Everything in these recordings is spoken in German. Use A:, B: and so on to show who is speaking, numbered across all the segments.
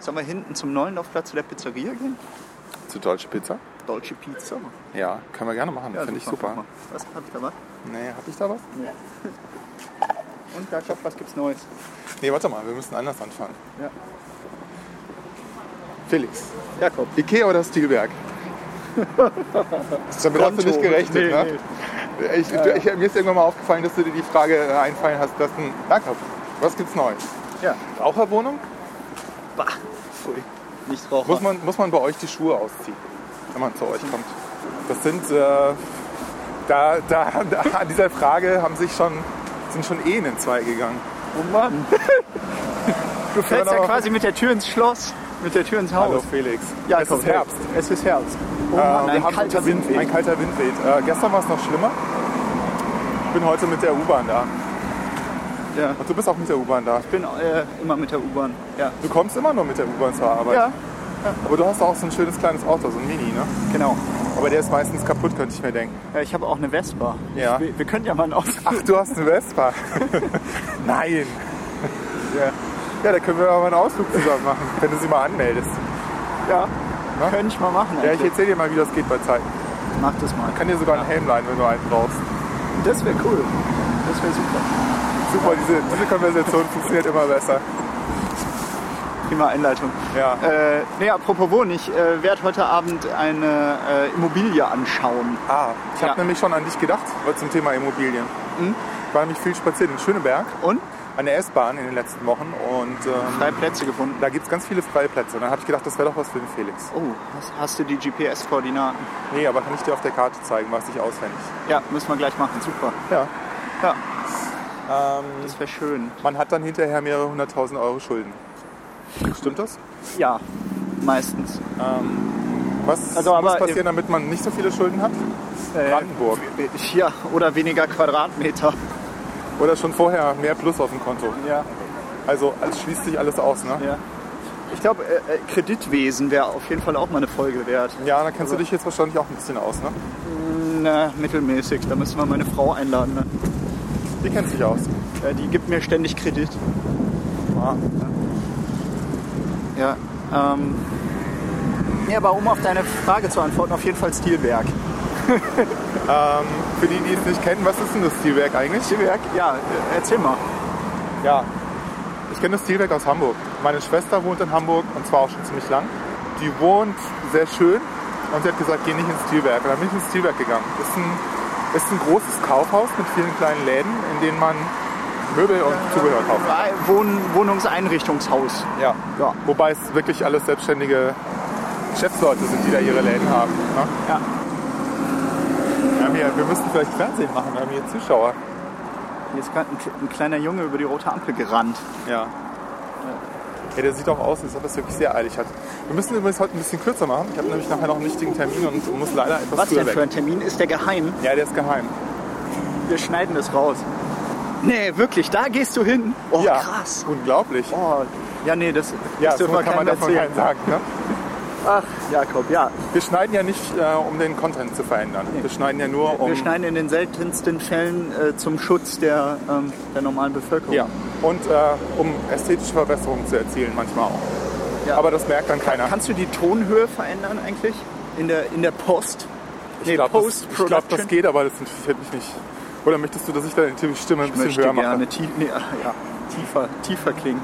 A: Sollen wir hinten zum neuen Laufplatz zu der Pizzeria gehen?
B: Zu Deutsche Pizza?
A: Deutsche Pizza.
B: Ja, können wir gerne machen.
A: Ja,
B: Finde ich super.
A: mach mal. Was hab ich da was?
B: Nee, hab ich da was?
A: Ja. Und da Shop, was gibt's Neues?
B: Nee, warte mal, wir müssen anders anfangen.
A: Ja.
B: Felix,
A: Jakob.
B: Ikea oder Stilberg? Damit hast du nicht gerechnet,
A: nee,
B: ne?
A: Nee.
B: Ich, du, ich, mir ist irgendwann mal aufgefallen, dass du dir die Frage äh, einfallen hast lassen. Jakob, was gibt's Neues?
A: Ja.
B: Raucherwohnung?
A: Bah. Pfui. Nicht rauchen.
B: Muss man, muss man bei euch die Schuhe ausziehen, wenn man zu euch
A: Mhm.
B: kommt? Das sind, äh, da, da, da, an dieser Frage haben sich schon, sind schon Ehen in zwei gegangen.
A: Oh Mann.
B: Du
A: Du fällst ja
B: aber-
A: quasi mit der Tür ins Schloss, mit der Tür ins Haus.
B: Hallo Felix,
A: Ja,
B: es
A: komm,
B: ist Herbst.
A: Es ist Herbst. Oh
B: Äh,
A: Mann,
B: wir
A: ein
B: haben
A: kalter
B: Wind,
A: Wind.
B: Ein kalter Wind weht. Äh, gestern war es noch schlimmer. Ich bin heute mit der U-Bahn da.
A: Ja.
B: Und du bist auch mit der U-Bahn da.
A: Ich bin äh, immer mit der U-Bahn. Ja.
B: Du kommst immer nur mit der U-Bahn zur Arbeit.
A: ja,
B: Aber du hast auch so ein schönes kleines Auto, so ein Mini, ne?
A: genau.
B: Aber der ist meistens kaputt, könnte ich mir denken.
A: Ja, ich habe auch eine Vespa.
B: Ja.
A: Wir, wir können ja mal einen auf.
B: Ach, du hast eine Vespa. Nein.
A: Ja.
B: Ja, da können wir aber einen Ausflug zusammen machen, wenn du sie mal anmeldest.
A: Ja.
B: Na?
A: Könnte ich mal machen.
B: Ja, ich
A: eigentlich.
B: erzähl dir mal, wie das geht bei Zeiten.
A: Mach das mal.
B: Kann dir sogar einen Helm leihen, wenn du einen brauchst.
A: Das wäre cool. Das wäre super.
B: Super, diese, diese Konversation funktioniert immer besser.
A: Prima Einleitung.
B: Ja.
A: Äh, nee, apropos Wohnen, ich äh, werde heute Abend eine äh, Immobilie anschauen.
B: Ah, ich habe
A: Ja. Hm?
B: nämlich schon an dich gedacht weil zum Thema Immobilien. Ich war nämlich viel spazieren in Schöneberg,
A: Und?
B: an der S-Bahn in den letzten Wochen und ähm,
A: Drei Plätze gefunden.
B: da gibt es ganz viele freie Plätze. Und dann habe ich gedacht, das wäre doch was für den Felix.
A: Oh, hast, hast du die GPS-Koordinaten?
B: Nee, aber kann ich dir auf der Karte zeigen, was ich auswendig.
A: Ja, müssen wir gleich machen. Super.
B: Ja.
A: Ja,
B: Ähm,
A: das wäre schön.
B: man hat dann hinterher mehrere hunderttausend Euro Schulden. Stimmt das?
A: Ja, meistens.
B: Was
A: Also, aber
B: muss passieren, damit man nicht so viele Schulden hat?
A: Äh,
B: Brandenburg.
A: Ja, oder weniger Quadratmeter.
B: Oder schon vorher mehr Plus auf dem Konto?
A: Ja,
B: Also es schließt sich alles aus, ne?
A: ja. Ich glaube, äh, äh, Kreditwesen wäre auf jeden Fall auch mal eine Folge wert.
B: Ja, dann
A: Also
B: kennst du dich jetzt wahrscheinlich auch ein bisschen aus, ne?
A: Na, äh, mittelmäßig. Da müssen wir meine Frau einladen. Ne?
B: Die kennt sich aus.
A: Ja, die gibt mir ständig Kredit.
B: Ah.
A: Ja. Ähm, ja, aber um auf deine Frage zu antworten, auf jeden Fall Stilwerk.
B: Für die, die es nicht kennen, was ist denn das Stilwerk eigentlich?
A: Stilwerk? Ja, äh, erzähl mal.
B: Ja. Ich kenne das Stilwerk aus Hamburg. Meine Schwester wohnt in Hamburg und zwar auch schon ziemlich lang. Die wohnt sehr schön und sie hat gesagt, geh nicht ins Stilwerk. Und dann bin ich ins Stilwerk gegangen. Ist ein, ist ein großes Kaufhaus mit vielen kleinen Läden, in denen man Möbel und Zubehör kauft.
A: Wohn Wohnungseinrichtungshaus.
B: Ja.
A: Ja.
B: Wobei es wirklich alles selbstständige Geschäftsleute sind, die da ihre Läden haben. Ne?
A: Ja.
B: Wir, haben hier, wir müssen vielleicht Fernsehen machen, wir haben hier Zuschauer.
A: Hier ist gerade ein, kle- ein kleiner Junge über die rote Ampel gerannt.
B: Ja. Ja, der sieht auch aus, als ob er es wirklich sehr eilig hat. Wir müssen übrigens heute ein bisschen kürzer machen. Ich habe nämlich nachher noch einen wichtigen Termin und muss leider etwas
A: Was
B: früher
A: denn für
B: weg.
A: ein Termin? Ist der geheim?
B: Ja, der ist geheim.
A: Wir schneiden das raus. Nee, wirklich, da gehst du hin? Oh,
B: ja,
A: krass.
B: unglaublich.
A: Oh, ja, nee, das,
B: ja,
A: das
B: so
A: dürfen wir
B: kann man
A: keinem
B: davon
A: erzählen.
B: keinen sagen. Ne?
A: Ach, Jakob, ja.
B: Wir schneiden ja nicht, äh, um den Content zu verändern. Wir schneiden ja nur, um...
A: Wir schneiden in den seltensten Fällen äh, zum Schutz der, ähm, der normalen Bevölkerung.
B: ja, und äh, um ästhetische Verbesserungen zu erzielen manchmal auch.
A: Ja.
B: Aber das merkt dann keiner.
A: Kannst du die Tonhöhe verändern eigentlich? In der, in der Post?
B: Ich glaube, das, ich
A: Post-Production?
B: glaub, das geht, aber das interessiert mich nicht. Oder möchtest du, dass ich deine Stimme ein
A: Ich
B: bisschen
A: möchte
B: höher mache?
A: gerne tie nee, ah, ja, tiefer, tiefer klingen.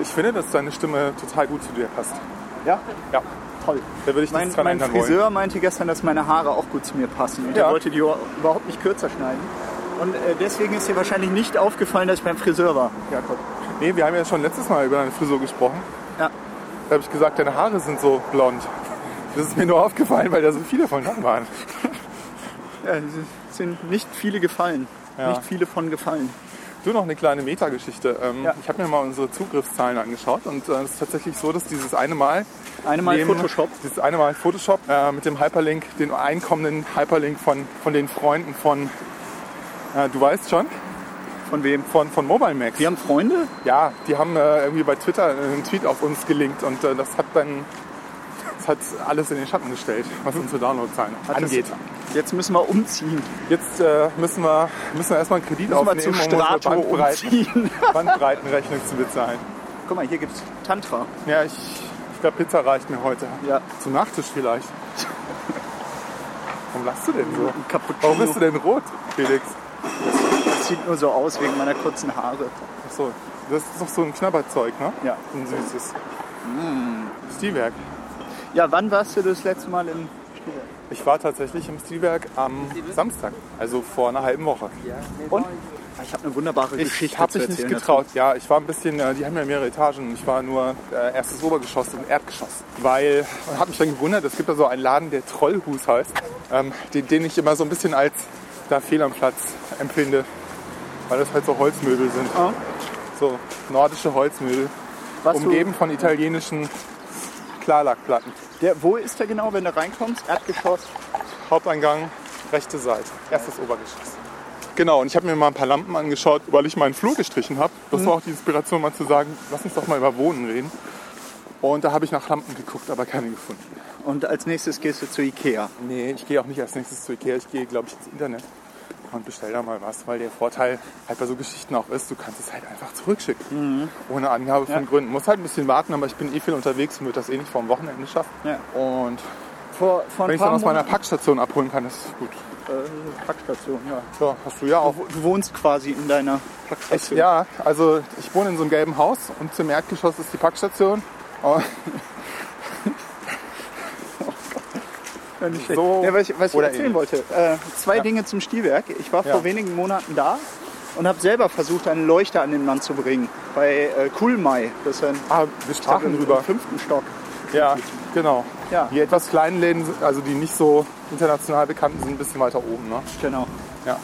B: Ich finde, dass deine Stimme total gut zu dir passt.
A: Ja?
B: Ja,
A: Toll.
B: da würde ich
A: Mein,
B: nichts dran
A: mein
B: ändern
A: Friseur meinte gestern, dass meine Haare auch gut zu mir passen. Und
B: Ja.
A: er wollte die überhaupt nicht kürzer schneiden. Und äh, deswegen ist dir wahrscheinlich nicht aufgefallen, dass ich beim Friseur war, Jakob.
B: wollen. Nee, wir haben ja schon letztes Mal über deine Frisur gesprochen.
A: Ja.
B: Da habe ich gesagt, deine Haare sind so blond. Das ist mir nur aufgefallen, weil da so viele von dran waren.
A: Ja, es sind nicht viele gefallen.
B: Ja.
A: Nicht viele von gefallen.
B: Du noch eine kleine Metageschichte. Ähm,
A: Ja.
B: Ich habe mir mal unsere Zugriffszahlen angeschaut und äh, es ist tatsächlich so, dass dieses eine Mal
A: Einmal
B: dem-
A: Photoshop.
B: Dieses eine Mal Photoshop äh, mit dem Hyperlink, den einkommenden Hyperlink von, von den Freunden von, äh, du weißt schon,
A: Von wem?
B: von, von Mobile Max.
A: Wir haben Freunde?
B: ja, die haben äh, irgendwie bei Twitter einen Tweet auf uns gelinkt und äh, das hat dann das hat alles in den Schatten gestellt, was unsere Downloadzahlen
A: Hat das-
B: angeht.
A: Jetzt müssen wir umziehen.
B: Jetzt äh, müssen wir müssen wir erstmal einen Kredit
A: Müssen wir
B: aufnehmen,
A: zu Strato
B: um unsere Bandbreiten,
A: umziehen.
B: Bandbreitenrechnung zu bezahlen.
A: Guck mal, hier gibt's Tantra.
B: Ja, ich glaube, Pizza reicht mir heute.
A: Ja.
B: Zum Nachtisch vielleicht. Warum lachst du denn so?
A: Ein Cappuccino.
B: Warum bist du denn rot, Felix?
A: Das sieht nur so aus wegen meiner kurzen Haare.
B: Ach so, das ist doch so ein Knabberzeug, ne?
A: Ja. Mm.
B: So Ein süßes. Stilwerk.
A: Ja, wann warst du das letzte Mal im Spiel?
B: Ich war tatsächlich im Stilwerk am Samstag, also vor einer halben Woche.
A: Und? Ah, Ich habe eine wunderbare Geschichte
B: Ich habe
A: zu
B: mich nicht
A: erzählen
B: getraut. Ja, ich war ein bisschen, äh, die haben ja mehrere Etagen. Ich war nur äh, erstes Obergeschoss und Erdgeschoss. Weil, und habe mich dann gewundert, es gibt da so einen Laden, der Trollhus heißt, ähm, den, den ich immer so ein bisschen als da fehl am Platz empfinde. Weil das halt so Holzmöbel sind.
A: Ah.
B: So nordische Holzmöbel.
A: dazu. Warst
B: umgeben von italienischen Klarlackplatten.
A: Du, der, wo ist der genau, wenn du reinkommst? Erdgeschoss.
B: Haupteingang, rechte Seite, erstes Obergeschoss. Genau, und ich habe mir mal ein paar Lampen angeschaut, weil ich meinen Flur gestrichen habe.
A: Mhm.
B: Das war auch die Inspiration, mal zu sagen, lass uns doch mal über Wohnen reden. Und da habe ich nach Lampen geguckt, aber keine gefunden.
A: Und als nächstes gehst du zu Ikea.
B: Nee, ich gehe auch nicht als nächstes zu Ikea, ich gehe, glaube ich, ins Internet und bestell da mal was, weil der Vorteil halt bei so Geschichten auch ist, du kannst es halt einfach zurückschicken.
A: Mhm.
B: Ohne Angabe von Gründen. Muss halt ein bisschen warten, aber ich bin eh viel unterwegs und würde das eh nicht vom Wochenende schaffen.
A: Ja.
B: Und
A: Vor, vor ein
B: wenn ich
A: paar
B: dann aus meiner
A: Monaten,
B: Packstation abholen kann, ist gut.
A: äh, Packstation, ja.
B: Ja, hast du ja auch.
A: Du, du wohnst quasi in deiner
B: Ich,
A: Packstation.
B: ja, also ich wohne in so einem gelben Haus und zum Erdgeschoss ist die Packstation. Und
A: Ja, äh, nicht schlecht.
B: So
A: ja, was ich, was ich
B: oder
A: erzählen wollte. Äh, zwei Dinge zum Stielwerk. Ich war
B: Ja.
A: vor wenigen Monaten da und habe selber versucht, einen Leuchter an den Mann zu bringen. Bei äh, Kulmai. Das ist ein
B: ah, wir
A: ich glaub,
B: sprachen
A: im-
B: drüber.
A: im fünften Stock.
B: Ja, genau.
A: Ja.
B: Die etwas kleinen Läden, also die nicht so international bekannten, sind ein bisschen weiter oben. Ne?
A: Genau.
B: Ja.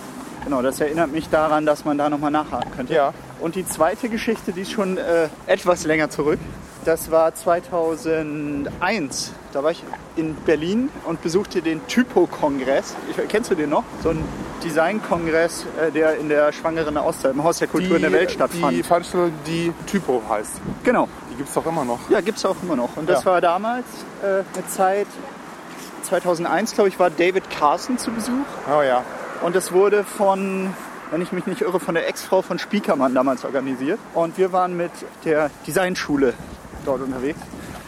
A: Genau, das erinnert mich daran, dass man da nochmal nachhaken könnte.
B: Ja.
A: Und die zweite Geschichte, die ist schon äh, etwas länger zurück. Das war 2001. Da war ich in Berlin und besuchte den Typo-Kongress. Ich- Kennst du den noch? So ein Design-Kongress, äh, der in der Schwangeren Auszeit, im Haus der Kultur in der Welt stattfand.
B: Die Veranstaltung, die Typo heißt.
A: genau.
B: Die gibt es doch immer noch.
A: Ja, gibt es auch immer noch. Und das
B: Ja.
A: war damals äh, eine Zeit, 2001, glaube ich, war David Carson zu Besuch.
B: Oh ja.
A: Und es wurde von, wenn ich mich nicht irre, von der Ex-Frau von Spiekermann damals organisiert. Und wir waren mit der Designschule dort unterwegs.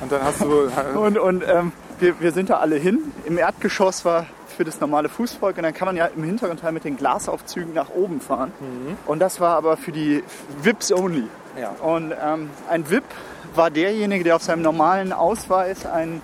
B: Und dann hast du. äh,
A: Und, und ähm, wir, wir sind da alle hin. Im Erdgeschoss war für das normale Fußvolk. Und dann kann man ja im hinteren Teil mit den Glasaufzügen nach oben fahren. Und das war aber für die VIPs only.
B: Mhm. Ja.
A: Und ähm, ein VIP war derjenige, der auf seinem normalen Ausweis einen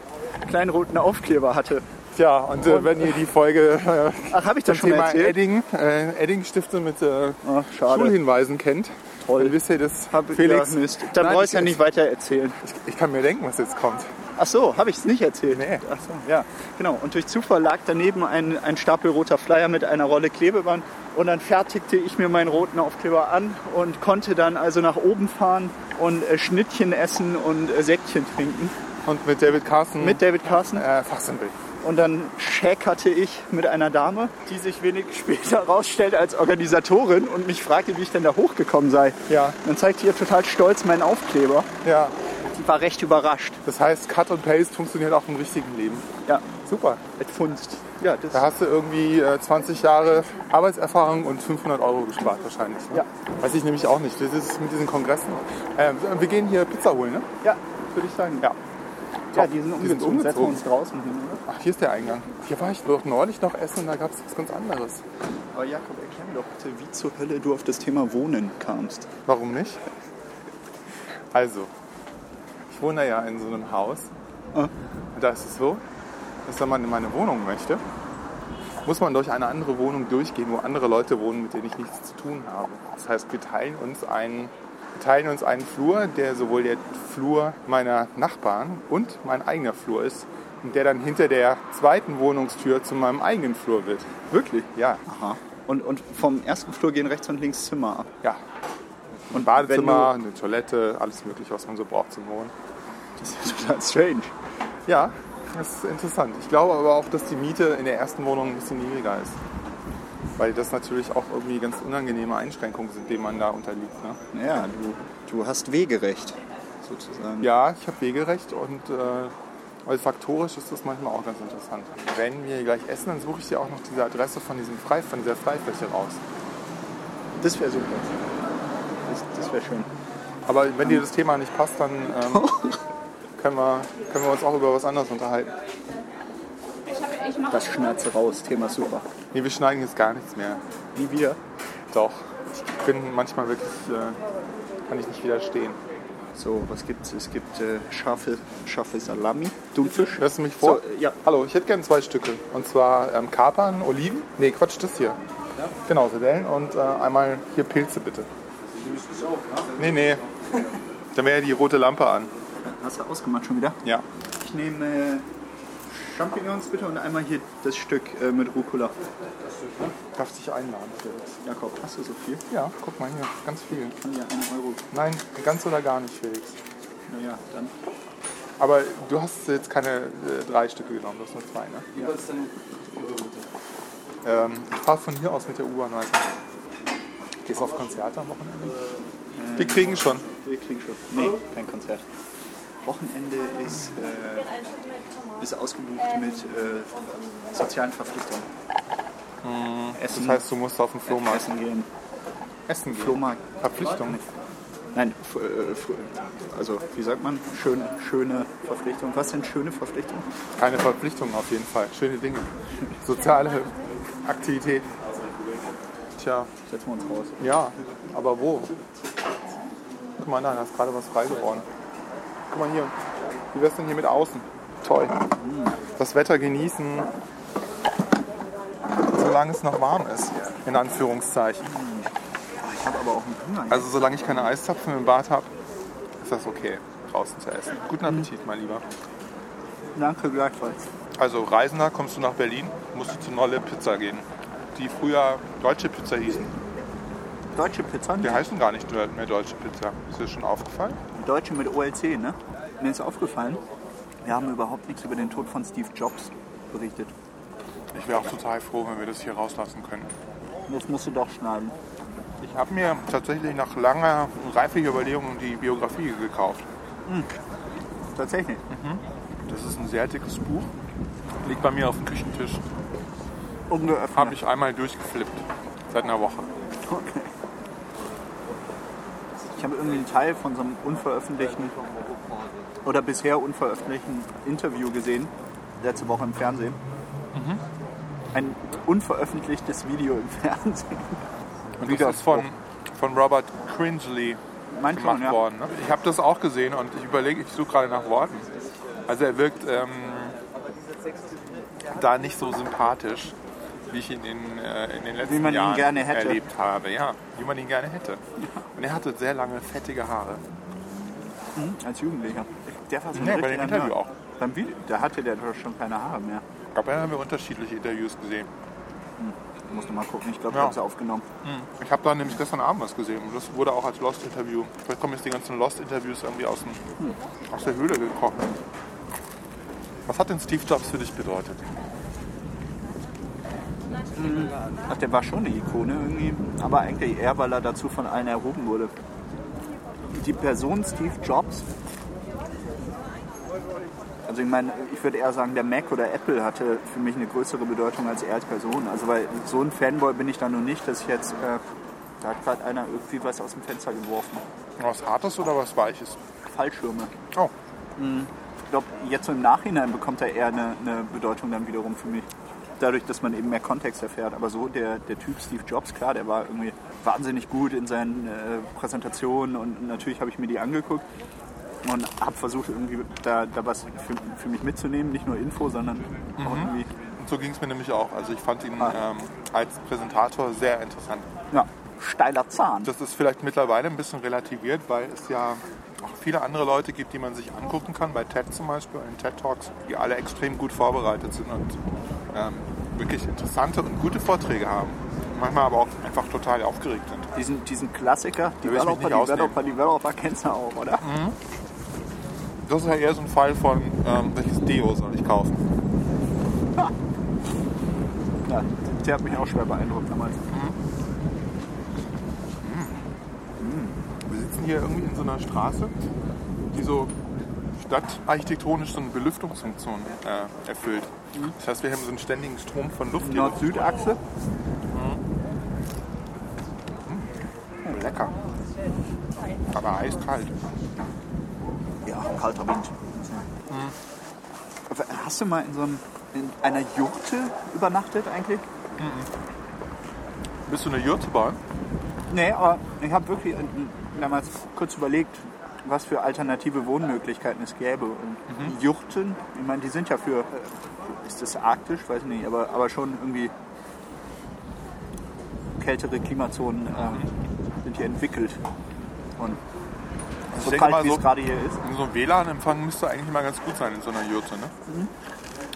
A: kleinen roten Aufkleber hatte.
B: ja, und, äh, wenn ihr die Folge äh,
A: Ach, habe ich das schon
B: zum Thema
A: erzählt?
B: Edding, äh, Edding-Stifte mit äh,
A: Ach, schade.
B: Schulhinweisen kennt,
A: Toll.
B: dann wisst ihr das.
A: Felix, Mist. Dann
B: Nein,
A: brauchst du
B: ich-
A: ja nicht weiter erzählen.
B: Ich kann mir denken, was jetzt kommt.
A: Ach so, habe ich es nicht erzählt?
B: Nee.
A: Ach so, ja. Genau. Und durch Zufall lag daneben ein, ein Stapel roter Flyer mit einer Rolle Klebeband. Und dann fertigte ich mir meinen roten Aufkleber an und konnte dann also nach oben fahren und äh, Schnittchen essen und äh, Säckchen trinken
B: Und mit David Carson.
A: mit David Carson.
B: äh, Fachsimpel.
A: Und dann schäkerte ich mit einer Dame, die sich wenig später herausstellte als Organisatorin und mich fragte, wie ich denn da hochgekommen sei.
B: Ja.
A: Dann zeigte ihr total stolz meinen Aufkleber.
B: Ja.
A: Die war recht überrascht.
B: Das heißt, Cut und Paste funktioniert auch im richtigen Leben.
A: Ja,
B: Super.
A: Funst. Ja, das
B: Da hast du irgendwie äh, 20 Jahre Arbeitserfahrung und 500 Euro gespart wahrscheinlich. Ne?
A: Ja.
B: Weiß ich nämlich auch nicht. Das ist mit diesen Kongressen. Ähm, wir gehen hier Pizza holen, ne?
A: Ja, würde ich sagen.
B: Ja.
A: Ja, die sind umgezogen. Setzen wir
B: umgezogen.
A: uns draußen hin, oder?
B: Ach, hier ist der Eingang. Hier war ich doch neulich noch essen und da gab es was ganz anderes.
A: Aber Jakob, erklär mir doch bitte, wie zur Hölle du auf das Thema Wohnen kamst.
B: Warum nicht? Also, ich wohne ja in so einem Haus.
A: Ah.
B: Und da ist es so, dass wenn man in meine Wohnung möchte, muss man durch eine andere Wohnung durchgehen, wo andere Leute wohnen, mit denen ich nichts zu tun habe. Das heißt, wir teilen uns einen, wir teilen uns einen Flur, der sowohl der Flur meiner Nachbarn und mein eigener Flur ist. Und der dann hinter der zweiten Wohnungstür zu meinem eigenen Flur wird. Wirklich? Ja.
A: Aha. Und, und vom ersten Flur gehen rechts und links Zimmer ab.
B: Ja.
A: Und
B: Badezimmer, eine Toilette, alles mögliche, was man so braucht zum Wohnen.
A: Wenn du, das ist total strange.
B: Ja, das ist interessant. Ich glaube aber auch, dass die Miete in der ersten Wohnung ein bisschen niedriger ist. Weil das natürlich auch irgendwie ganz unangenehme Einschränkungen sind, denen man da unterliegt. Ne?
A: Ja, du, du hast Wegerecht, sozusagen.
B: Ja, ich habe Wegerecht und äh, olfaktorisch ist das manchmal auch ganz interessant. Wenn wir gleich essen, dann suche ich dir auch noch diese Adresse von, diesem Frei, von dieser Freifläche raus.
A: Das wäre super. Das, das wäre schön.
B: Aber wenn dir das Thema nicht passt, dann ähm, können wir, können wir uns auch über was anderes unterhalten.
A: Das Schnauze raus, Thema super.
B: Nee, wir schneiden jetzt gar nichts mehr.
A: Wie wir.
B: Doch. Ich bin manchmal wirklich, äh, kann ich nicht widerstehen.
A: So, was gibt's? Es gibt äh, scharfe, scharfe Salami, Thunfisch.
B: Hörst du mich vor?
A: So, äh, ja.
B: Hallo, ich hätte gerne zwei Stücke. Und zwar ähm, Kapern, Oliven. Nee, Quatsch, das hier. Genau, Sardellen und äh, einmal hier Pilze bitte.
A: ne?
B: Nee, nee. Dann wäre ja die rote Lampe an.
A: Hast du ausgemacht schon wieder?
B: Ja.
A: Ich nehme Champignons bitte und einmal hier das Stück äh, mit Rucola.
B: Darf dich einladen, Felix?
A: Jakob, hast du so viel?
B: Ja, guck mal hier, ganz viel.
A: Ja, 1 Euro.
B: Nein, ganz oder gar nicht, Felix.
A: Naja, dann.
B: Aber du hast jetzt keine äh, drei Stücke genommen, du hast nur zwei, ne?
A: Ja.
B: Ähm, ich fahre von hier aus mit der U-Bahn weiter. Gehst du auf Konzerte am Wochenende? Wir kriegen schon.
A: Wir kriegen schon. Nee, kein Konzert. Wochenende ist, äh, ist ausgebucht mit äh, sozialen Verpflichtungen. Essen,
B: Mhm. Das heißt, du musst auf den Flohmarkt
A: Essen gehen.
B: essen gehen.
A: Flohmarkt.
B: Verpflichtung.
A: Nein, f- äh, f- also wie sagt man? Schöne, schöne Verpflichtung. Was sind schöne Verpflichtungen?
B: Keine Verpflichtungen auf jeden Fall. Schöne Dinge. Soziale Aktivität. Tja,
A: Setzen wir uns raus.
B: ja, aber wo? Guck mal, da da ist gerade was frei geworden. Guck mal hier. Wie wär's denn hier mit außen? Toll. Das Wetter genießen, solange es noch warm ist. In Anführungszeichen.
A: Ich habe aber auch einen Hunger.
B: Also solange ich keine Eiszapfen im Bad habe, ist das okay, draußen zu essen. Guten Appetit, mein Lieber.
A: Danke gleichfalls.
B: Also Reisender, kommst du nach Berlin, musst du zu Nolle Pizza gehen. Die früher deutsche Pizza hießen.
A: Deutsche Pizza?
B: Die heißen gar nicht mehr deutsche Pizza. Ist dir das schon aufgefallen?
A: Deutsche mit OLC, ne? Mir ist aufgefallen, wir haben überhaupt nichts über den Tod von Steve Jobs berichtet.
B: Ich wäre auch total froh, wenn wir das hier rauslassen können.
A: Das musst du doch schneiden.
B: Ich habe mir tatsächlich nach langer und reiflicher Überlegung die Biografie gekauft.
A: Tatsächlich.
B: Das ist ein sehr dickes Buch. Liegt bei mir auf dem Küchentisch.
A: Ungeöffnet.
B: Habe ich einmal durchgeflippt. Seit einer Woche.
A: Okay. Ich habe irgendwie einen Teil von so einem unveröffentlichten oder bisher unveröffentlichten Interview gesehen, letzte Woche im Fernsehen.
B: Mhm.
A: Ein unveröffentlichtes Video im Fernsehen.
B: Und
A: Wie
B: das
A: das
B: ist von, von Robert Cringley
A: Mein
B: gemacht
A: schon, ja.
B: worden. Ne? Ich habe das auch gesehen und ich überlege, ich suche gerade nach Worten. Also er wirkt ähm, da nicht so sympathisch, wie ich ihn in, äh, in den letzten
A: Wie man ihn
B: Jahren
A: gerne hätte.
B: erlebt habe. Ja, wie man ihn gerne hätte. Und er hatte sehr lange fettige Haare.
A: Als Jugendlicher. Der war so ein
B: Ja, bei
A: richtiger
B: dem Interview
A: Nerd.
B: auch.
A: Beim Video, da hatte der doch schon keine Haare mehr.
B: Ich glaube, da haben wir unterschiedliche Interviews gesehen.
A: Musst du mal gucken, ich glaube, ich
B: Ja.
A: habe es aufgenommen.
B: Ich habe da nämlich gestern Abend was gesehen und das wurde auch als Lost-Interview. Vielleicht kommen jetzt die ganzen Lost-Interviews irgendwie aus, dem, aus der Höhle gekrochen. Was hat denn Steve Jobs für dich bedeutet?
A: Ach, der war schon eine Ikone irgendwie, aber eigentlich eher, weil er dazu von allen erhoben wurde. Die Person Steve Jobs, also ich meine, ich würde eher sagen, der Mac oder Apple hatte für mich eine größere Bedeutung als er als Person. Also weil so ein Fanboy bin ich da nun nicht, dass ich jetzt, äh, da hat gerade einer irgendwie was aus dem Fenster geworfen.
B: Was Hartes oder was Weiches?
A: Fallschirme.
B: Oh,
A: Ich glaube, jetzt so im Nachhinein bekommt er eher eine, eine Bedeutung dann wiederum für mich. Dadurch, dass man eben mehr Kontext erfährt. Aber so der, der Typ Steve Jobs, klar, der war irgendwie wahnsinnig gut in seinen äh, Präsentationen und natürlich habe ich mir die angeguckt und habe versucht, irgendwie da, da was für, für mich mitzunehmen. Nicht nur Info, sondern
B: Mhm.
A: auch irgendwie.
B: und so ging es mir nämlich auch. Also ich fand ihn
A: Ah.
B: ähm, als Präsentator sehr interessant.
A: Ja, steiler Zahn.
B: Das ist vielleicht mittlerweile ein bisschen relativiert, weil es ja auch viele andere Leute gibt, die man sich angucken kann, bei TED zum Beispiel, in TED Talks, die alle extrem gut vorbereitet sind und ähm, wirklich interessante und gute Vorträge haben. Manchmal aber auch einfach total aufgeregt sind.
A: Diesen, diesen Klassiker,
B: will ich mich
A: Developer,
B: nicht
A: Developer,
B: ausnehmen. Mhm.
A: Developer, kennst du auch, oder?
B: Das ist ja eher so ein Fall von, ähm, welches Deo soll ich kaufen?
A: Ja, der hat mich auch schwer beeindruckt damals.
B: Wir sitzen hier irgendwie in so einer Straße, die so stadtarchitektonisch so eine Belüftungsfunktion äh, erfüllt.
A: Mhm.
B: Das heißt, wir haben so einen ständigen Strom von Luft. die
A: Nord-Süd-Achse.
B: Oh, lecker. Aber eiskalt.
A: Ja, kalter Wind. Aber Hm. Hast du mal in so einem, in einer Jurte übernachtet eigentlich?
B: Bist du eine Jurtebahn?
A: Nee, aber ich habe wirklich in- in- damals kurz überlegt, was für alternative Wohnmöglichkeiten es gäbe. Und
B: Mhm.
A: Jurten, ich meine, die sind ja für, äh, ist das arktisch, weiß nicht, aber, aber schon irgendwie kältere Klimazonen
B: Mhm.
A: äh, sind hier entwickelt. Und so
B: denke
A: kalt,
B: mal
A: wie
B: so-
A: es gerade hier ist.
B: So ein WLAN-Empfang müsste eigentlich mal ganz gut sein in so einer Jurte, ne?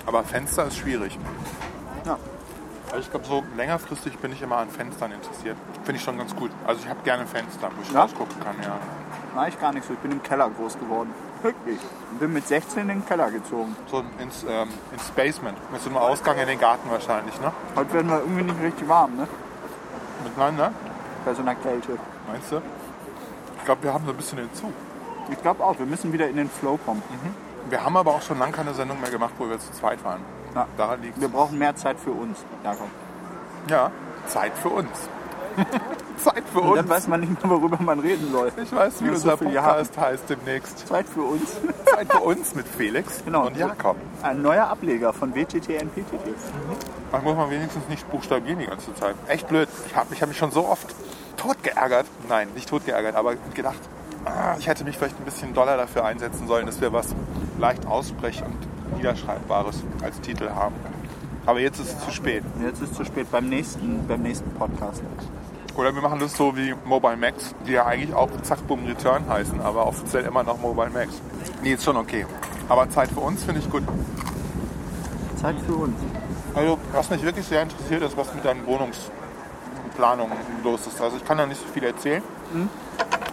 B: Aber Fenster ist schwierig.
A: Mhm. Ja.
B: Also ich glaube, so längerfristig bin ich immer an Fenstern interessiert. Finde ich schon ganz gut. Also ich habe gerne Fenster, wo ich
A: Ja?
B: rausgucken kann, ja.
A: War ich gar nichts. Ich bin im Keller groß geworden. Wirklich. Ich bin mit 16 in den Keller gezogen.
B: So ins, ähm, ins Basement. Mit so einem Ausgang in den Garten wahrscheinlich, ne?
A: Heute werden wir irgendwie nicht richtig warm, ne?
B: Miteinander,
A: Bei so einer Kälte.
B: ne? meinst du? Ich glaube, wir haben so ein bisschen den Zug.
A: Ich glaube auch, wir müssen wieder in den Flow kommen.
B: Wir haben aber auch schon lange keine Sendung mehr gemacht, wo wir zu zweit waren.
A: Ja.
B: Daran liegt
A: Wir brauchen mehr Zeit für uns, Jakob.
B: Ja, Zeit für uns. Zeit für
A: Und
B: uns.
A: dann weiß man nicht mehr, worüber man reden soll.
B: ich weiß, wie
A: Nur so
B: unser
A: viel Jahr.
B: Podcast heißt demnächst.
A: Zeit für uns.
B: Zeit für uns mit Felix
A: Genau.
B: und Jakob.
A: Ein neuer Ableger von WTT und PTT.
B: Man muss man wenigstens nicht buchstabieren die ganze Zeit. Echt blöd. Ich habe ich hab mich schon so oft tot geärgert. Nein, nicht tot geärgert, aber gedacht, ah, ich hätte mich vielleicht ein bisschen doller dafür einsetzen sollen, dass wir was leicht aussprech- und niederschreibbares als Titel haben. Aber jetzt ist es zu spät.
A: Jetzt ist es zu spät beim nächsten, beim nächsten Podcast.
B: Oder wir machen das so wie Mobile Max, die ja eigentlich auch Zack Boom Return heißen, aber offiziell immer noch Mobile Max. Nee, ist schon okay. Aber Zeit für uns finde ich gut.
A: Zeit für uns.
B: Also, was mich wirklich sehr interessiert, ist, was mit deinen Wohnungsplanungen los ist. Also, ich kann da nicht so viel erzählen.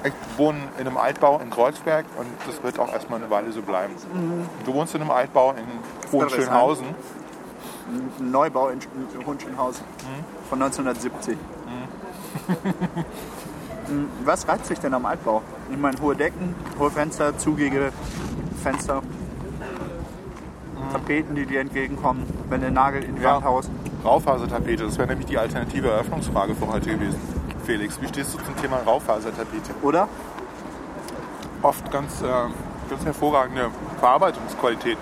B: Ich wohne in einem Altbau in Kreuzberg und das wird auch erstmal eine Weile so bleiben. Du wohnst in einem Altbau in Hohenschönhausen.
A: Ein Neubau in Sch- in Hunschenhausen
B: Mhm.
A: von 1970. Hm, Was reizt dich denn am Altbau? Ich meine, hohe Decken, hohe Fenster, zugige Fenster, Tapeten, die dir entgegenkommen, wenn der Nagel in die
B: Mhm. Ja.
A: Wand haust.
B: Raufasertapete, das wäre nämlich die alternative Eröffnungsfrage für heute gewesen. Felix, wie stehst du zum Thema Raufasertapete?
A: Oder?
B: oft ganz, äh, ganz hervorragende Verarbeitungsqualität.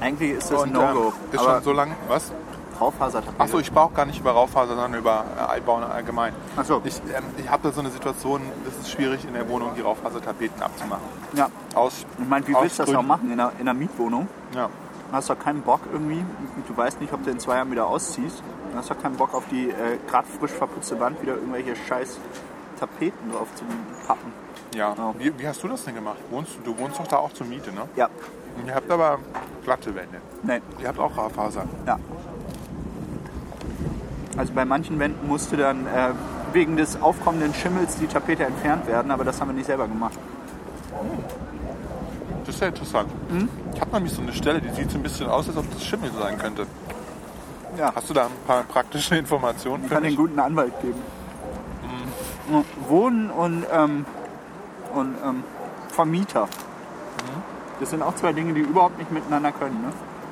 A: Eigentlich ist das ein
B: Und,
A: No-Go.
B: ähm, ist
A: aber
B: schon so lang. Was?
A: Raufasertapete.
B: Achso, ich brauche gar nicht über Raufaser, sondern über äh, Altbauen allgemein.
A: Ach so.
B: Ich, ähm, ich habe da so eine Situation, es ist schwierig in der Wohnung die Raufasertapeten abzumachen.
A: ja.
B: Aus,
A: Ich meine, wie
B: aus
A: willst du das
B: Gründen.
A: noch machen in einer, in einer Mietwohnung?
B: Ja.
A: Hast doch keinen Bock irgendwie. Du weißt nicht, ob du in zwei Jahren wieder ausziehst. Du hast doch keinen Bock auf die äh, gerade frisch verputzte Wand wieder irgendwelche scheiß Tapeten drauf zu pappen.
B: Ja.
A: Genau.
B: Wie, wie hast du das denn gemacht? Wohnst, du- du wohnst doch da auch zur Miete, ne?
A: Ja,
B: Ihr habt aber glatte Wände.
A: nein,
B: Ihr habt auch Raufaser.
A: ja. Also bei manchen Wänden musste dann äh, wegen des aufkommenden Schimmels die Tapete entfernt werden, aber das haben wir nicht selber gemacht.
B: Das ist ja interessant.
A: Hm?
B: Ich habe nämlich so eine Stelle, die sieht so ein bisschen aus, als ob das Schimmel sein könnte.
A: Ja,
B: Hast du da ein paar praktische Informationen
A: ich
B: für
A: kann
B: mich? Mhm.
A: den guten Anwalt geben. Wohnen und, ähm, und ähm, Vermieter.
B: Mhm.
A: Das sind auch zwei Dinge, die überhaupt nicht miteinander können.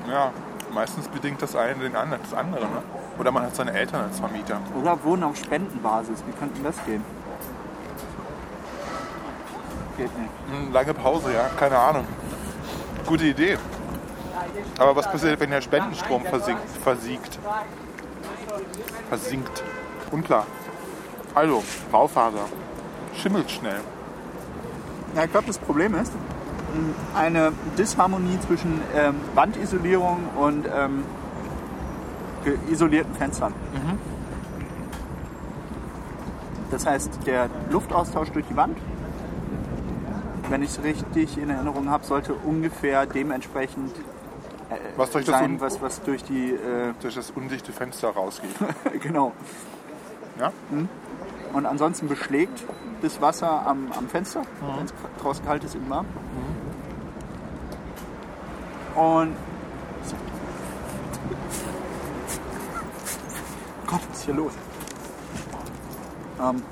A: Ne?
B: Ja, meistens bedingt das eine den anderen, das andere, ne? Oder man hat seine Eltern als Vermieter.
A: Oder wohnen auf Spendenbasis. Wie könnte denn das gehen? Geht nicht.
B: Hm, Lange Pause, ja, keine Ahnung. Gute Idee. Aber was passiert, wenn der Spendenstrom versinkt? Versiegt. Versinkt. Unklar. Also, Baufaser. Schimmelt schnell.
A: Ja, ich glaube, das Problem ist mh, eine Disharmonie zwischen ähm, Wandisolierung und ähm, ge- isolierten Fenstern. Das heißt, der Luftaustausch durch die Wand, wenn ich es richtig in Erinnerung habe, sollte ungefähr dementsprechend äh,
B: Was durch das
A: sein,
B: Un-
A: was, was durch die äh,
B: Durch das undichte Fenster rausgeht.
A: genau. Hm.
B: Ja?
A: Und ansonsten beschlägt das Wasser am, am Fenster,
B: Mhm.
A: wenn es draußen kalt ist im Warm. Und. Gott, was ist hier los? Ähm,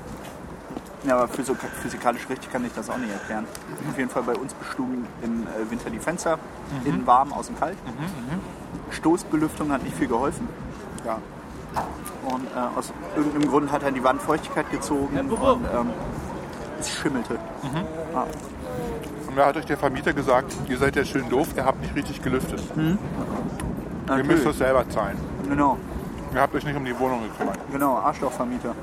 A: ja, aber physio- physikalisch richtig kann ich das auch nicht erklären. Auf jeden Fall bei uns beschlugen im äh, Winter die Fenster,
B: Mhm.
A: innen warm, außen kalt. Stoßbelüftung hat nicht viel geholfen.
B: Ja.
A: Und äh, aus irgendeinem Grund hat er die Wand Feuchtigkeit gezogen und ähm, es schimmelte.
B: Und Und mir hat euch der Vermieter gesagt, ihr seid ja schön doof, ihr habt nicht richtig gelüftet. Ihr müsst das selber zahlen.
A: Genau,
B: Ihr habt euch nicht um die Wohnung gekümmert.
A: genau, Arschlochvermieter.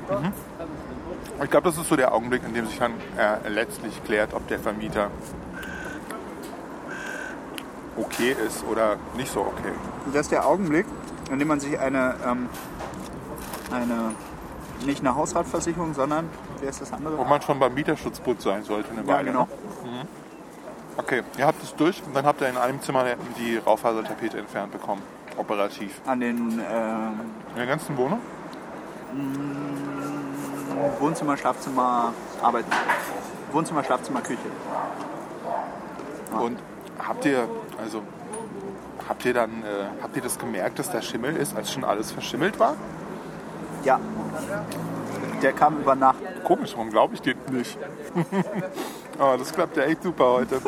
B: Ich glaube, das ist so der Augenblick, in dem sich dann äh, letztlich klärt, ob der Vermieter okay ist oder nicht so okay.
A: Das ist der Augenblick, in dem man sich eine, ähm, eine nicht eine Hausratversicherung, sondern, wer ist das andere?
B: Wo man schon beim Mieterschutzbund sein sollte eine
A: ja,
B: Weile.
A: genau.
B: Oh, ne? Okay, ihr habt es durch und dann habt ihr in einem Zimmer die Raufasertapete entfernt bekommen. Operativ.
A: An den ähm,
B: In der ganzen Wohnung?
A: Wohnzimmer, Schlafzimmer, Arbeit. Wohnzimmer, Schlafzimmer, Küche.
B: Und habt ihr, also, habt ihr dann, äh, habt ihr das gemerkt, dass da Schimmel ist, als schon alles verschimmelt war?
A: Ja. Der kam über Nacht.
B: Komisch, warum glaube ich dir nicht? oh, das klappt ja echt super heute.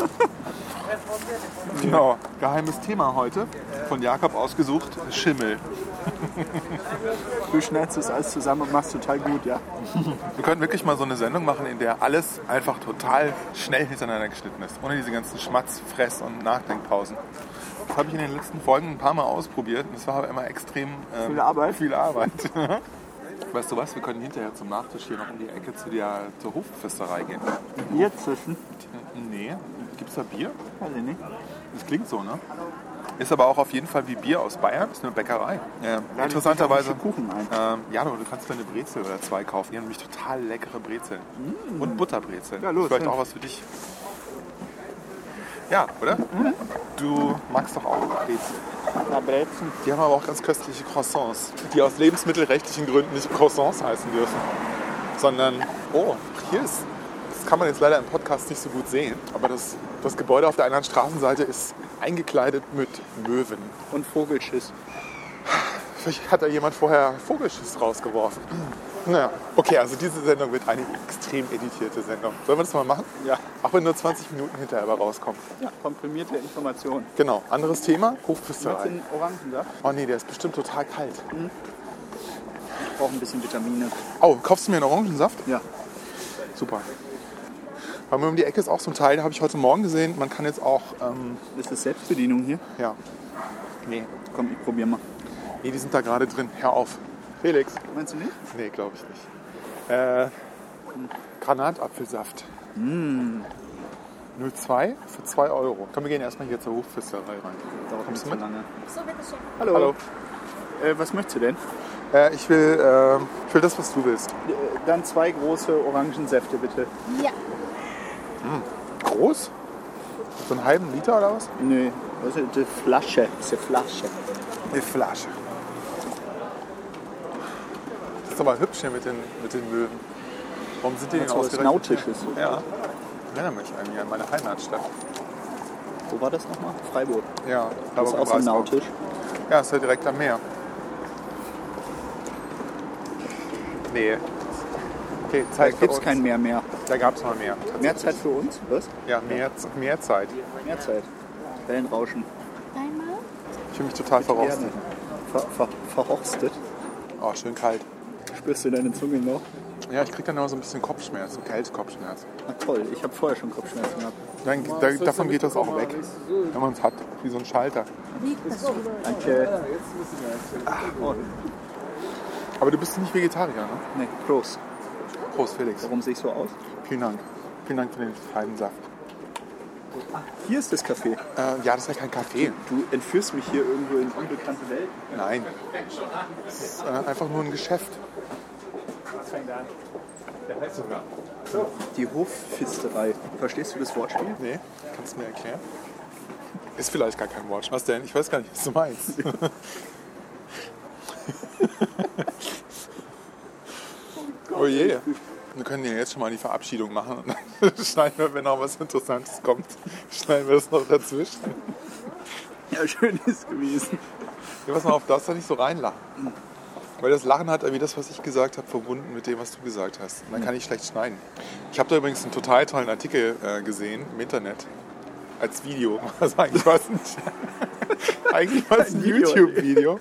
B: genau, geheimes Thema heute, von Jakob ausgesucht, Schimmel.
A: Du schneidest das alles zusammen und machst total gut, ja.
B: Wir können wirklich mal so eine Sendung machen, in der alles einfach total schnell hintereinander geschnitten ist. Ohne diese ganzen Schmatz-, Fress- und Nachdenkpausen. Das habe ich in den letzten Folgen ein paar Mal ausprobiert und es war aber immer extrem ähm,
A: Viel Arbeit.
B: Viel Arbeit. weißt du was, wir können hinterher zum Nachtisch hier noch um die Ecke zu der, zur Hofpfisterei gehen. Äh,
A: Bier zwischen.
B: Nee, gibt's da Bier?
A: Weiß ich nicht.
B: Das klingt so, ne? Ist aber auch auf jeden Fall wie Bier aus Bayern. Ist eine Bäckerei. Ähm, interessanterweise.
A: ein Stück Kuchen ein.
B: Ähm, ja, aber du kannst dir eine Brezel oder zwei kaufen. Die haben nämlich total leckere Brezeln. Und Butterbrezeln.
A: Mm. Ja, los,
B: Vielleicht
A: hin.
B: auch was für dich. Ja, oder?
A: Mhm.
B: Du magst doch auch Brezeln.
A: Na, Brezen.
B: Die haben aber auch ganz köstliche Croissants, die aus lebensmittelrechtlichen Gründen nicht Croissants heißen dürfen, sondern, oh, hier ist, das kann man jetzt leider im Podcast nicht so gut sehen, aber das, das Gebäude auf der anderen Straßenseite ist eingekleidet mit Möwen.
A: Und Vogelschiss.
B: Vielleicht hat da jemand vorher Vogelschiss rausgeworfen. Naja, okay, also diese Sendung wird eine extrem editierte Sendung. Sollen wir das mal machen?
A: Ja.
B: Auch wenn nur 20 Minuten hinterher aber rauskommt.
A: Ja, komprimierte Informationen.
B: Genau, anderes Thema, Hochpfisterei.
A: in Orangensaft.
B: Oh nee, der ist bestimmt total kalt.
A: Ich brauche ein bisschen Vitamine.
B: Oh, kaufst du mir einen Orangensaft?
A: Ja.
B: Super. Bei mir um die Ecke ist auch so ein Teil, den habe ich heute Morgen gesehen. Man kann jetzt auch, ähm,
A: Ist das Selbstbedienung hier?
B: ja. Nee.
A: Komm, ich probier mal.
B: Nee, die sind da gerade drin. Hör auf. Felix.
A: Meinst du nicht?
B: Nee, glaube ich nicht. Äh, Granatapfelsaft. Mm. 02 für 2 Euro. Komm, wir gehen erstmal hier zur Hochpfisterei rein.
A: Dauert nicht
B: Kommst du
A: so
B: mit?
A: lange.
C: So, bitteschön.
A: Hallo.
B: Hallo.
A: Äh, was möchtest du denn?
B: Äh, ich, will, äh, ich will das, was du willst.
A: Äh, Dann zwei große Orangensäfte bitte.
C: Ja,
B: Groß? So einen halben Liter oder was?
A: Nö, das ist eine Flasche. Das ist eine Flasche.
B: Eine Flasche. Das ist aber hübsch hier mit den, mit den Möwen. Warum sind die denn
A: Das ist was
B: ausgerechnet?
A: Nautisches.
B: Ja. Ich erinnere mich eigentlich an meine Heimatstadt.
A: Wo war das nochmal? Freiburg.
B: Ja,
A: Das ist
B: aber
A: auch so nautisch.
B: Ja, ist ja direkt am Meer. Nee. Okay,
A: Da
B: Zeit für
A: gibt es
B: uns.
A: kein Meer mehr.
B: Da gab es mal mehr.
A: Mehr Zeit für uns? Was?
B: Ja, mehr, mehr Zeit.
A: Mehr Zeit. Wellenrauschen.
C: einmal.
B: Ich fühle mich total verrostet.
A: Gerne. Ver, ver, verhorstet.
B: Oh, schön kalt.
A: Spürst du deine Zunge noch?
B: Ja, ich krieg dann immer so ein bisschen Kopfschmerz, so Kältekopfschmerz.
A: Na toll, ich habe vorher schon Kopfschmerzen gehabt.
B: Dann, da, davon geht das auch weg, wenn man es hat, wie so ein Schalter.
A: Danke. Ach, oh,
B: Aber du bist nicht Vegetarier, ne?
A: nee, Prost.
B: Prost, Felix.
A: Warum sehe ich so aus?
B: Vielen Dank. Vielen Dank für den feinen Saft.
A: Hier ist das Café.
B: Äh, ja, das ist ja kein Kaffee.
A: Du entführst mich hier irgendwo in unbekannte Welt.
B: Nein. Das ist äh, einfach nur ein Geschäft.
A: Die Hoffisterei. Verstehst du das Wortspiel?
B: Nee, kannst du mir erklären? Ist vielleicht gar kein Watch. Was denn? Ich weiß gar nicht, was du meinst. oh je. Wir können ja jetzt schon mal die Verabschiedung machen und dann schneiden wir, wenn noch was Interessantes kommt, schneiden wir das noch dazwischen.
A: Ja, schön ist gewesen.
B: Ja, pass mal auf, darfst da nicht so reinlachen. Weil das Lachen hat irgendwie das, was ich gesagt habe, verbunden mit dem, was du gesagt hast. Und dann kann ich schlecht schneiden. Ich habe da übrigens einen total tollen Artikel äh, gesehen im Internet. Als Video. Also eigentlich war es ein, eigentlich war es ein
A: Video,
B: YouTube-Video.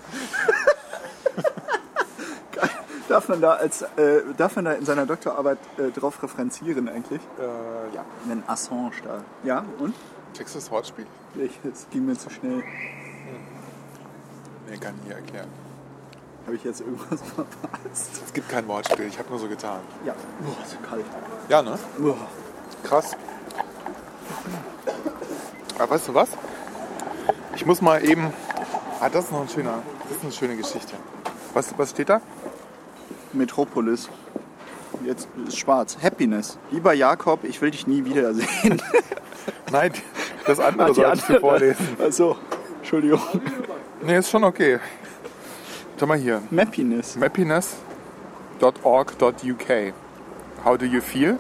A: Darf man da, als, äh, darf man da in seiner Doktorarbeit äh, drauf referenzieren eigentlich?
B: Äh, ja.
A: Wenn Assange da. Ja, und?
B: Checkst du das Wortspiel?
A: Ich, das ging mir zu schnell.
B: Nee, kann ich nicht erklären.
A: Habe ich jetzt irgendwas verpasst?
B: Es gibt kein Wortspiel, ich habe nur so getan.
A: Ja. Boah, so kalt.
B: Ja, ne?
A: Boah.
B: Krass. Aber weißt du was? Ich muss mal eben. Ah, das ist noch ein schöner. Das ist eine schöne Geschichte. Was, was steht da?
A: Metropolis. Jetzt ist schwarz. Happiness. Lieber Jakob, ich will dich nie wiedersehen.
B: Nein, das andere
A: Hat Ah, die
B: soll ich dir
A: andere-
B: vorlesen.
A: Achso, Entschuldigung.
B: Nee, ist schon okay. Schau mal hier.
A: Mappiness.
B: Happiness.org.uk. How do you feel?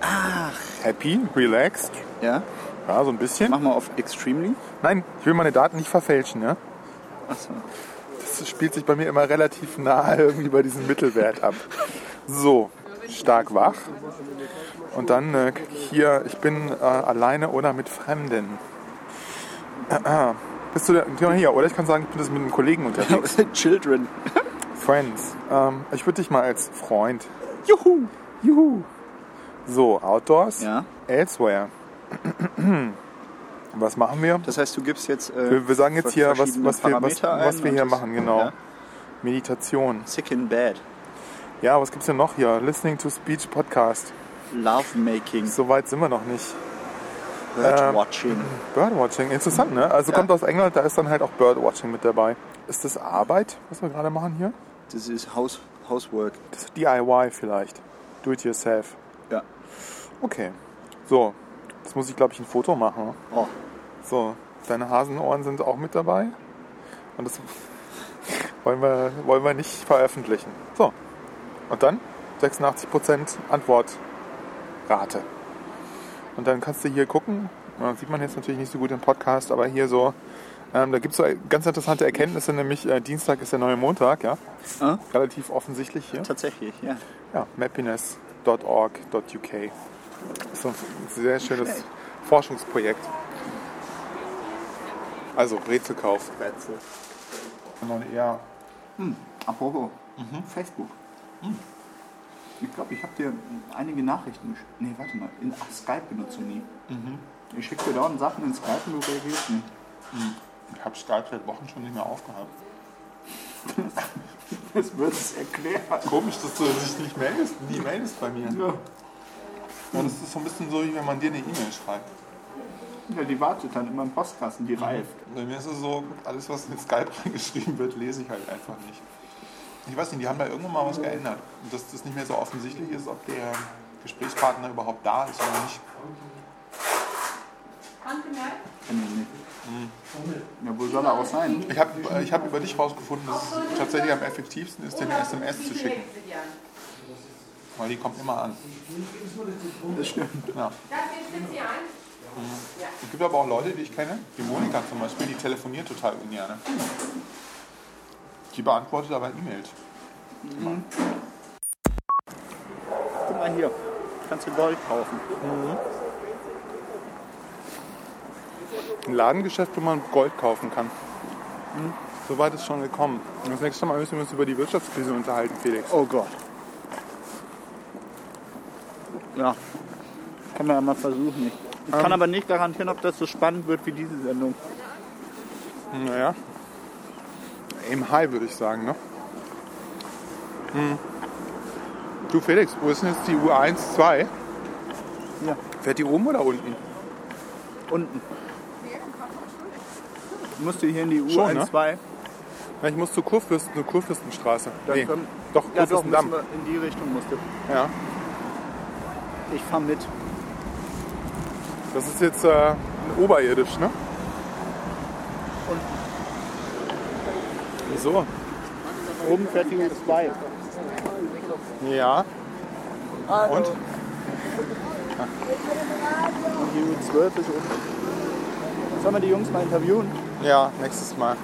B: Ach. Happy, relaxed.
A: Ja?
B: Ja, so ein bisschen.
A: Mach mal auf Extremely.
B: Nein, ich will meine Daten nicht verfälschen, ja?
A: Achso.
B: Das spielt sich bei mir immer relativ nahe irgendwie bei diesem Mittelwert ab. So, stark wach. Und dann äh, krieg ich hier, ich bin äh, alleine oder mit Fremden. Bist du da, guck mal hier, oder ich kann sagen, ich bin das mit einem Kollegen unterwegs.
A: Children.
B: Friends. Ähm, ich würde dich mal als Freund.
A: Juhu.
B: Juhu. So, Outdoors.
A: Ja.
B: Elsewhere. Was machen wir?
A: Das heißt, du gibst jetzt. äh,
B: Wir, wir sagen jetzt hier, was,
A: verschiedene
B: was wir, was,
A: Parameter ein
B: was wir
A: und
B: hier
A: das-
B: machen, genau.
A: Ja.
B: Meditation.
A: Sick in bed.
B: Ja, was gibt's denn noch hier? Listening to Speech Podcast.
A: Lovemaking.
B: So weit sind wir noch nicht. Ähm.
A: Birdwatching.
B: Birdwatching, interessant, ne? Also
A: Ja.
B: kommt aus England, da ist dann halt auch Birdwatching mit dabei. Ist das Arbeit, was wir gerade machen hier?
A: Das ist House, Housework.
B: Das ist DIY vielleicht. Do it yourself.
A: Ja.
B: Okay. So, jetzt muss ich glaube ich ein Foto machen.
A: Oh.
B: So, deine Hasenohren sind auch mit dabei. Und das wollen wir, wollen wir nicht veröffentlichen. So. Und dann 86% Antwortrate. Und dann kannst du hier gucken, äh, sieht man jetzt natürlich nicht so gut im Podcast, aber hier so, ähm, da gibt es so ganz interessante Erkenntnisse, nämlich äh, Dienstag ist der neue Montag, ja.
A: Ah.
B: Relativ offensichtlich hier.
A: Tatsächlich, ja.
B: Ja, mappiness.org.uk. Ist ein sehr schönes Forschungsprojekt. Also Brezelkauf. Brezel. Ja.
A: Apropos, Facebook. Mhm. Ich glaube, ich habe dir einige Nachrichten geschickt. Nee, warte mal. In, ach, Skype benutzt du nie. Mhm. Ich schicke dir dauernd Sachen in Skype und du reagierst nicht.
B: Ich habe Skype seit Wochen schon nicht mehr aufgehabt.
A: Das wird es erklären.
B: Komisch, dass du dich nicht meldest, nie meldest bei mir.
A: Ja.
B: Und das ist so ein bisschen so, wie wenn man dir eine E-Mail schreibt.
A: ja, die wartet dann immer im Postkasten, die reift.
B: Bei mir ist es so, alles was in Skype reingeschrieben wird, lese ich halt einfach nicht. Ich weiß nicht, die haben da irgendwann mal was geändert. Und dass das nicht mehr so offensichtlich ist, ob der Gesprächspartner überhaupt da ist oder nicht.
A: Kann ich nicht. Ja, wo soll er auch sein?
B: Ich habe äh, ich hab über dich rausgefunden, dass es tatsächlich am effektivsten ist, dir eine SMS zu schicken. Weil die kommt immer an.
A: Das stimmt.
B: Ja.
C: Darf ich jetzt hier ein?
B: Es gibt aber auch Leute, die ich kenne, wie Monika zum Beispiel, die telefoniert total ungern. Die beantwortet aber E-Mails.
A: Guck mal hier. Kannst du Gold kaufen.
B: ein Ladengeschäft, wo man Gold kaufen kann. Hm? So weit ist schon gekommen. Und Das nächste Mal müssen wir uns über die Wirtschaftskrise unterhalten, Felix.
A: Oh Gott. Ja. Kann man ja mal versuchen. Ich kann aber nicht garantieren, ob das so spannend wird wie diese Sendung.
B: Naja. Im High würde ich sagen, ne? Hm. Du Felix, wo ist denn jetzt die U1, 2?
A: Ja.
B: Fährt die oben oder unten?
A: Unten. Musst du hier in die U12?
B: Schon, ne? Na, ich muss zur Kurfürsten, zur Kurfürstenstraße.
A: Dann
B: nee,
A: können-
B: doch,
A: Ja, doch, müssen
B: Kurfürstendamm.
A: wir in die Richtung musst du.
B: Ja.
A: Ich fahr mit.
B: Das ist jetzt äh, oberirdisch, ne?
A: Und-
B: Wieso?
A: Oben fährt die U2.
B: Ja.
A: Also.
B: Und?
A: Und die U12 ist unten. Sollen wir die Jungs mal interviewen?
B: Ja, nächstes Mal.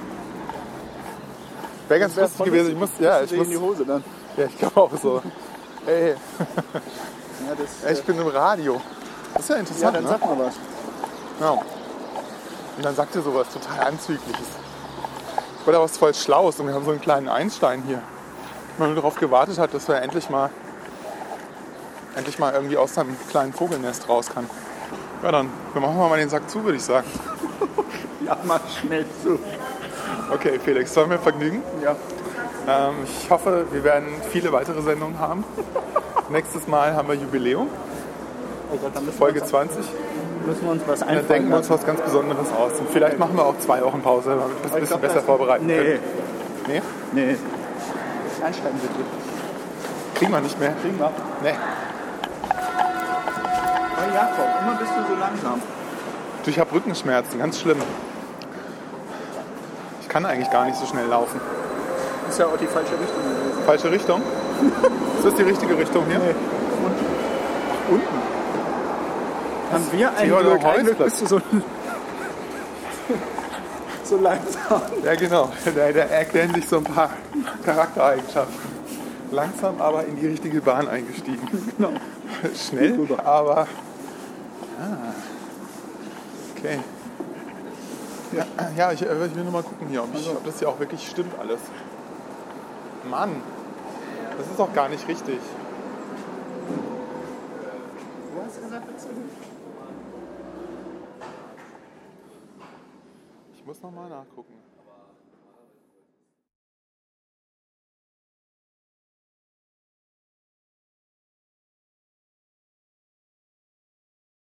B: Wäre ganz
A: Wär
B: lustig
A: voll
B: gewesen. Ich muss, ja, ich
A: Pissen
B: muss,
A: die in die Hose dann.
B: ja, ich glaube auch so. Ey,
A: Ja, das,
B: ey, ich
A: äh,
B: bin im Radio. Das ist ja
A: ja,
B: interessant,
A: dann
B: ne?
A: sag mal was.
B: Ja. Und dann sagt ihr sowas total Anzügliches. Oder was voll Schlaues und wir haben so einen kleinen Einstein hier. man nur darauf gewartet hat, dass man endlich mal, endlich mal irgendwie aus seinem kleinen Vogelnest raus kann. Ja, dann wir machen wir mal den Sack zu, würde ich sagen.
A: Ja, mach schnell zu.
B: Okay, Felix, soll mir Vergnügen?
A: Ja.
B: Ähm, ich hoffe, wir werden viele weitere Sendungen haben. Nächstes Mal haben wir Jubiläum,
A: Oh Gott, dann müssen
B: Folge
A: wir uns,
B: 20.
A: müssen wir uns was
B: Dann denken
A: einfallen
B: wir uns
A: lassen.
B: was ganz Besonderes aus. Und vielleicht machen wir auch zwei Wochen Pause, damit wir es ein
A: Ich glaub,
B: bisschen besser
A: das-
B: vorbereiten
A: Nee,
B: können. Nee?
A: nee. Einschreiben bitte.
B: Kriegen wir nicht mehr.
A: Kriegen wir.
B: Nee.
A: Oh, Jakob, immer bist du so langsam.
B: Du, ich habe Rückenschmerzen, ganz schlimm. Ich kann eigentlich gar nicht so schnell laufen.
A: Ist ja auch die falsche Richtung gewesen.
B: Falsche Richtung? Ist das die richtige Richtung hier?
A: Nee.
B: Ach, unten.
A: Haben wir ein
B: Theodor
A: Glück, ein Glück
B: Heuss
A: bist du so, so langsam.
B: Ja, genau. Da, da erklären sich so ein paar Charaktereigenschaften. Langsam, aber in die richtige Bahn eingestiegen.
A: Genau.
B: Schnell,
A: Rüber.
B: aber. Ah. Okay. Ja, ja ich, äh, ich will nur mal gucken hier,
A: Also.
B: ob, ich, ob das hier auch wirklich stimmt alles. Mann, das ist doch gar nicht richtig. Ich muss nochmal nachgucken.